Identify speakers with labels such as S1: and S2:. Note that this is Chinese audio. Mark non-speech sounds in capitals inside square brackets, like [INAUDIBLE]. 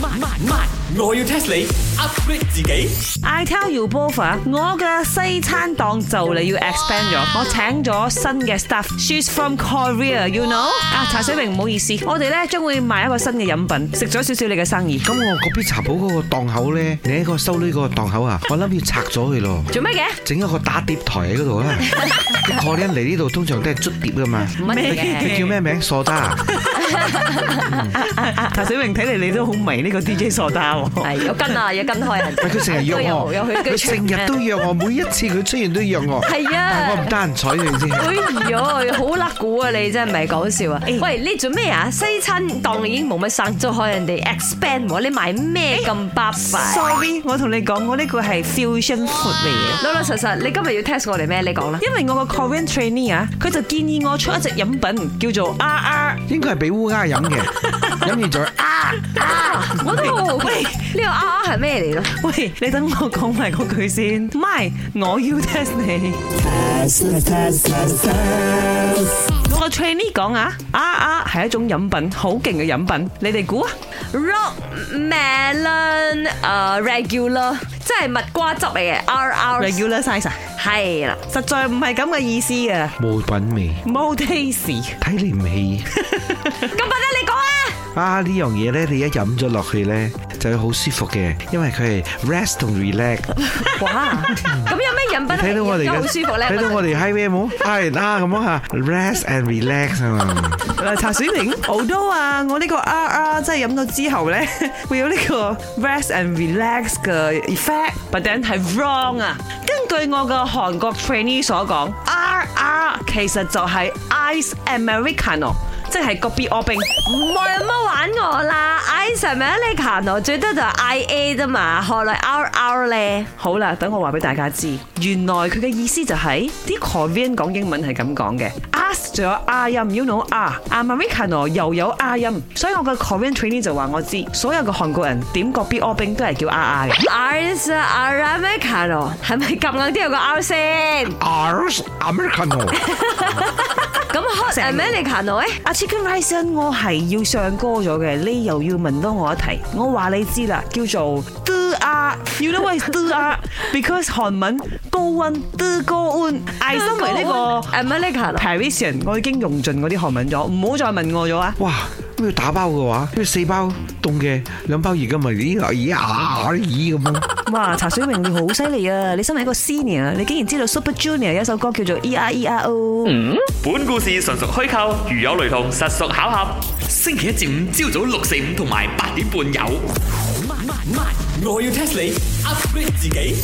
S1: 慢慢，我要 test 你 upgrade 自己。
S2: I tell you both 啊，我嘅西餐檔就嚟要 expand 咗，我請咗新嘅 staff。She's from Korea，you know？啊，茶水榮唔好意思，我哋咧將會賣一個新嘅飲品，食咗少少你嘅生意。
S3: 咁我嗰邊茶鋪嗰個檔口咧，你喺個收呢個檔口啊，我諗要拆咗佢咯，
S4: 做咩嘅？
S3: 整一個打碟台喺嗰度啦。啲客人嚟呢度通常都係捽碟噶嘛。
S4: 乜嘢嘅？
S3: 你叫咩名？傻打啊？
S2: 茶水榮睇嚟你都好迷呢個 DJ 傻打喎。
S4: 係有跟啊，有跟
S2: [LAUGHS]
S4: 開人。
S3: 喂佢成日約我，
S4: 有佢嘅
S3: 佢成日都約我，每一次佢出現都約我。
S4: 係啊
S3: 但係我唔得閒睬佢先。
S4: 哎呀，好甩估啊！你真係唔係講笑啊！喂，你做咩啊？西餐檔已經冇乜生，再開人哋 expand 喎，你賣咩咁巴閉？
S2: Sorry，我同你講，我呢個係 fusion food 嚟嘅。
S4: 老老實實，你今日要 test 我哋咩？你講啦。
S2: 因為我個 Korean trainee à? 啊，佢就建議我出一隻飲品叫做 RR。
S3: 應該係俾烏鴉飲嘅，飲完就啊
S2: [LAUGHS]
S4: 我都好好奇，呢個 R R 係咩嚟咯？
S2: 喂，你等我講埋嗰句先。唔係，我要 test 你。我個 trainee à? 講啊，RR 係一種飲品，好勁嘅飲品。你哋估啊？
S4: rock melon 誒 regular，即係蜜瓜汁嚟嘅 R R
S2: regular size à? 啊
S4: 係啦，
S2: 實在唔係咁嘅意思啊，
S3: 冇品味，
S2: 冇 taste。 [LAUGHS]
S3: 睇你唔起。
S4: 咁笨啦，你講啊！
S3: 啊！呢樣嘢咧，你一飲咗落去咧，就會好舒服嘅，因為佢係 rest 同 relax。
S4: 哇，咁 [LAUGHS] 有咩飲品
S3: 睇到我
S4: 係
S3: 哋
S4: 飲得
S3: 嘅
S4: 好舒服咧？
S3: 睇到
S4: [LAUGHS]
S3: 我哋 highway 冇係啦咁樣嚇，rest and relax 啊嘛。
S2: 嗱，呃茶水明好多啊！我呢個 RR 真係飲咗之後咧，會有呢 [LAUGHS] 個 rest and relax 嘅 effect，but then 係 wrong 啊！根據我個韓國 trainee 所講，RR 其實就係 ice americano，即係個別我冰。
S4: 唔好咁樣玩我啦！Ice Americano 最多就係 I A 啫嘛，何來 R R 咧？
S2: 好啦，等我話俾大家知，原來佢嘅意思就係、啲 Korean 講英文係咁講嘅，ask 咗 R 音，you know R，Americano 又有 R 音，所以我嘅 Korean trainee 就話我知，所有嘅韓國人點個 B O 冰都係叫 R R 嘅。
S4: Ice Americano 係咪咁啱都有個 R 先？
S3: R Americano
S4: 咁 Hot
S2: 成日
S4: Americano 咧？
S2: 阿 Chicken Rice 啊我係要上歌咗嘅，你又要問多我一題，我話你知啦，叫做 do 啊，you know what is do 啊，because 韓文高温 do 高温，艾身為呢個
S4: Americano。
S2: Parisian，我已經用盡嗰啲韓文咗，唔好再問我咗啊！
S3: 哇！咁要打包嘅話，要四包凍嘅，兩包熱嘅咪咦咦啊咦咁樣。
S2: [LAUGHS] 哇，茶水明你好犀利啊！你身為一個 senior，你竟然知道 Super Junior 有一首歌叫做 E R E R O。
S5: 本故事純屬虛構，如有雷同，實屬巧合。
S1: 星期一至五朝早六四五同埋八點半有。我要 test 你 upgrade 自己。